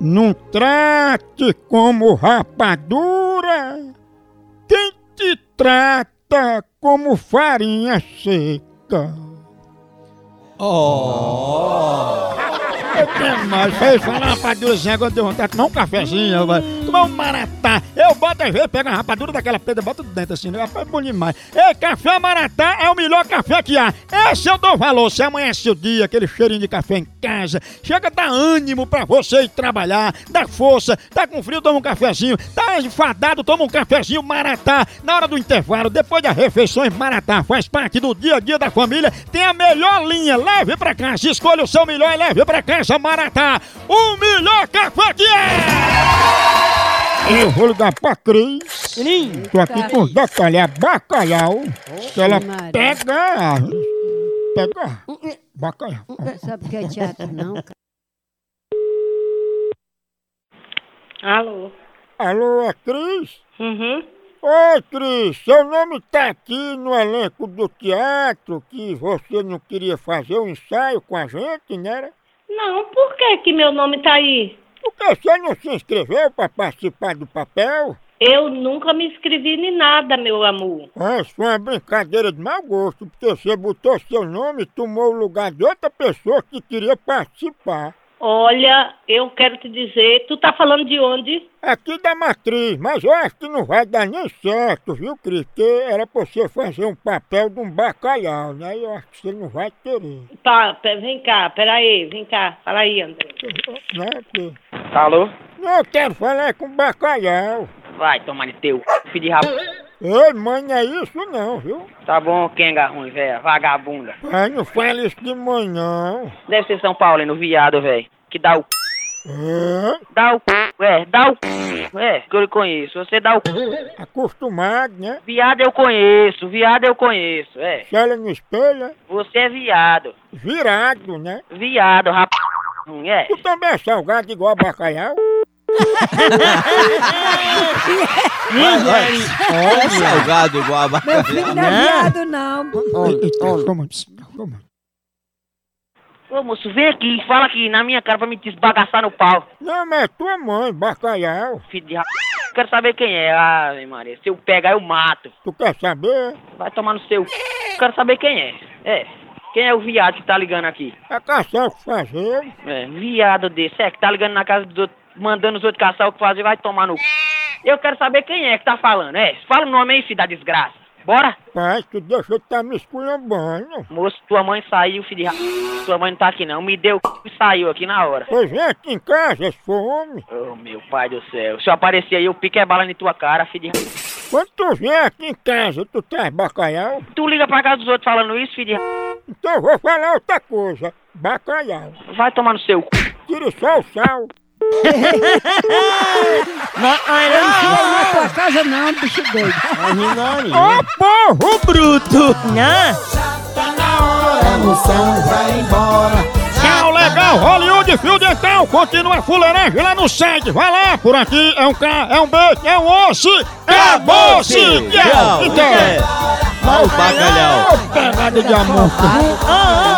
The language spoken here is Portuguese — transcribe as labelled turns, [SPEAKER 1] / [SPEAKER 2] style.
[SPEAKER 1] Não trate como rapadura quem te trata como farinha seca. Oh. Eu tenho mais, fez falar uma rapadurazinha, agora deu vontade de tomar um cafezinho, vai. tomar um maratá. Eu boto às vezes, pego a rapadura daquela pedra, boto dentro assim, né? rapaz, é bom demais. Ei, café maratá é o melhor café que há. Esse eu dou valor, se amanhece o dia, aquele cheirinho de café em casa, chega a dar ânimo pra você ir trabalhar, dá força, tá com frio, toma um cafezinho, tá enfadado, toma um cafezinho maratá. Na hora do intervalo, depois das refeições, maratá faz parte do dia a dia da família, tem a melhor linha, leve pra casa, escolha o seu melhor e leve pra casa, maratá. O melhor café que é! Eu vou ligar pra Cris.
[SPEAKER 2] Menino,
[SPEAKER 1] Tô aqui com os detalhes, bacalhau. Que ela
[SPEAKER 3] Maria.
[SPEAKER 1] pega. Pega. Bacalhau.
[SPEAKER 3] Sabe o que é teatro, não, cara?
[SPEAKER 2] Alô?
[SPEAKER 1] Alô, é Cris?
[SPEAKER 2] Uhum.
[SPEAKER 1] Oi, Cris, seu nome tá aqui no elenco do teatro que você não queria fazer o ensaio com a gente, né?
[SPEAKER 2] Não, por que que meu nome tá aí?
[SPEAKER 1] Porque você não se inscreveu pra participar do papel?
[SPEAKER 2] Eu nunca me inscrevi em nada, meu amor.
[SPEAKER 1] Ah, Isso foi uma brincadeira de mau gosto, porque você botou seu nome e tomou o lugar de outra pessoa que queria participar.
[SPEAKER 2] Olha, eu quero te dizer, tu tá falando de onde?
[SPEAKER 1] Aqui da matriz, mas eu acho que não vai dar nem certo, viu, Cris? Porque era pra você fazer um papel de um bacalhau, né? Eu acho que você não vai querer.
[SPEAKER 2] Tá, pe- vem cá, peraí, vem cá. Fala aí, André.
[SPEAKER 1] Né? Porque...
[SPEAKER 4] Alô?
[SPEAKER 1] Não, eu quero falar com bacalhau.
[SPEAKER 4] Vai, toma de teu filho de rabo.
[SPEAKER 1] Ei, mãe, não é isso não, viu?
[SPEAKER 4] Tá bom, Kenga ruim, velho. Vagabunda.
[SPEAKER 1] Ai, não fale isso de mãe, não.
[SPEAKER 4] Deve ser São Paulino, viado, velho. Que dá o c...
[SPEAKER 1] É,
[SPEAKER 4] Dá o c... É, dá o c... É, que eu lhe conheço. Você dá o c...
[SPEAKER 1] acostumado, né?
[SPEAKER 4] Viado eu conheço, viado eu conheço. É,
[SPEAKER 1] Se olha no espelho, é
[SPEAKER 4] você é viado.
[SPEAKER 1] virado, né?
[SPEAKER 4] Viado, rap... Ruim, é.
[SPEAKER 1] Tu também é salgado igual a bacalhau?
[SPEAKER 5] É salgado igual a
[SPEAKER 3] Meu filho não é viado, não.
[SPEAKER 1] Toma, toma.
[SPEAKER 4] Ô, moço, vem aqui, fala aqui na minha cara pra me desbagaçar no pau.
[SPEAKER 1] Não, mas é tua mãe, bacalhau.
[SPEAKER 4] Filho de rap... Quero saber quem é. Ave Maria, se eu pegar, eu mato.
[SPEAKER 1] Tu quer saber?
[SPEAKER 4] Vai tomar no seu. Quero saber quem é. É. Quem é o viado que tá ligando aqui?
[SPEAKER 1] É caçar o que fazer.
[SPEAKER 4] É, viado desse. É, que tá ligando na casa dos outros, mandando os outros caçar o que fazer, vai tomar no. c****. Eu quero saber quem é que tá falando. É, fala o nome aí, filho da desgraça. Bora?
[SPEAKER 1] Pai, tu deixa eu estar me esculhambando.
[SPEAKER 4] Moço, tua mãe saiu, filho de ra... Tua mãe não tá aqui não. Me deu c... e saiu aqui na hora.
[SPEAKER 1] Pois vem aqui em casa, se for homem.
[SPEAKER 4] Oh, meu pai do céu. Se eu aparecer aí, eu pico é bala em tua cara, filho de ra...
[SPEAKER 1] Quando tu vem aqui em casa, tu traz bacalhau?
[SPEAKER 4] Tu liga pra casa dos outros falando isso, filho de ra...
[SPEAKER 1] Então eu vou falar outra coisa. Bacalhau.
[SPEAKER 4] Vai tomar no seu c...
[SPEAKER 1] Tira só o sal.
[SPEAKER 3] Não é tua casa, não, bicho doido.
[SPEAKER 1] Ô, porro bruto!
[SPEAKER 6] A moção vai embora.
[SPEAKER 1] Tchau, legal, Hollywood, fio dental. Continua a fuleiragem lá no site. Vai lá, por aqui é um K, é um B, é um osso. É moço!
[SPEAKER 5] Tchau,
[SPEAKER 1] Então,
[SPEAKER 5] é. Olha o bacalhau.
[SPEAKER 1] pegada de amor.
[SPEAKER 3] Ah,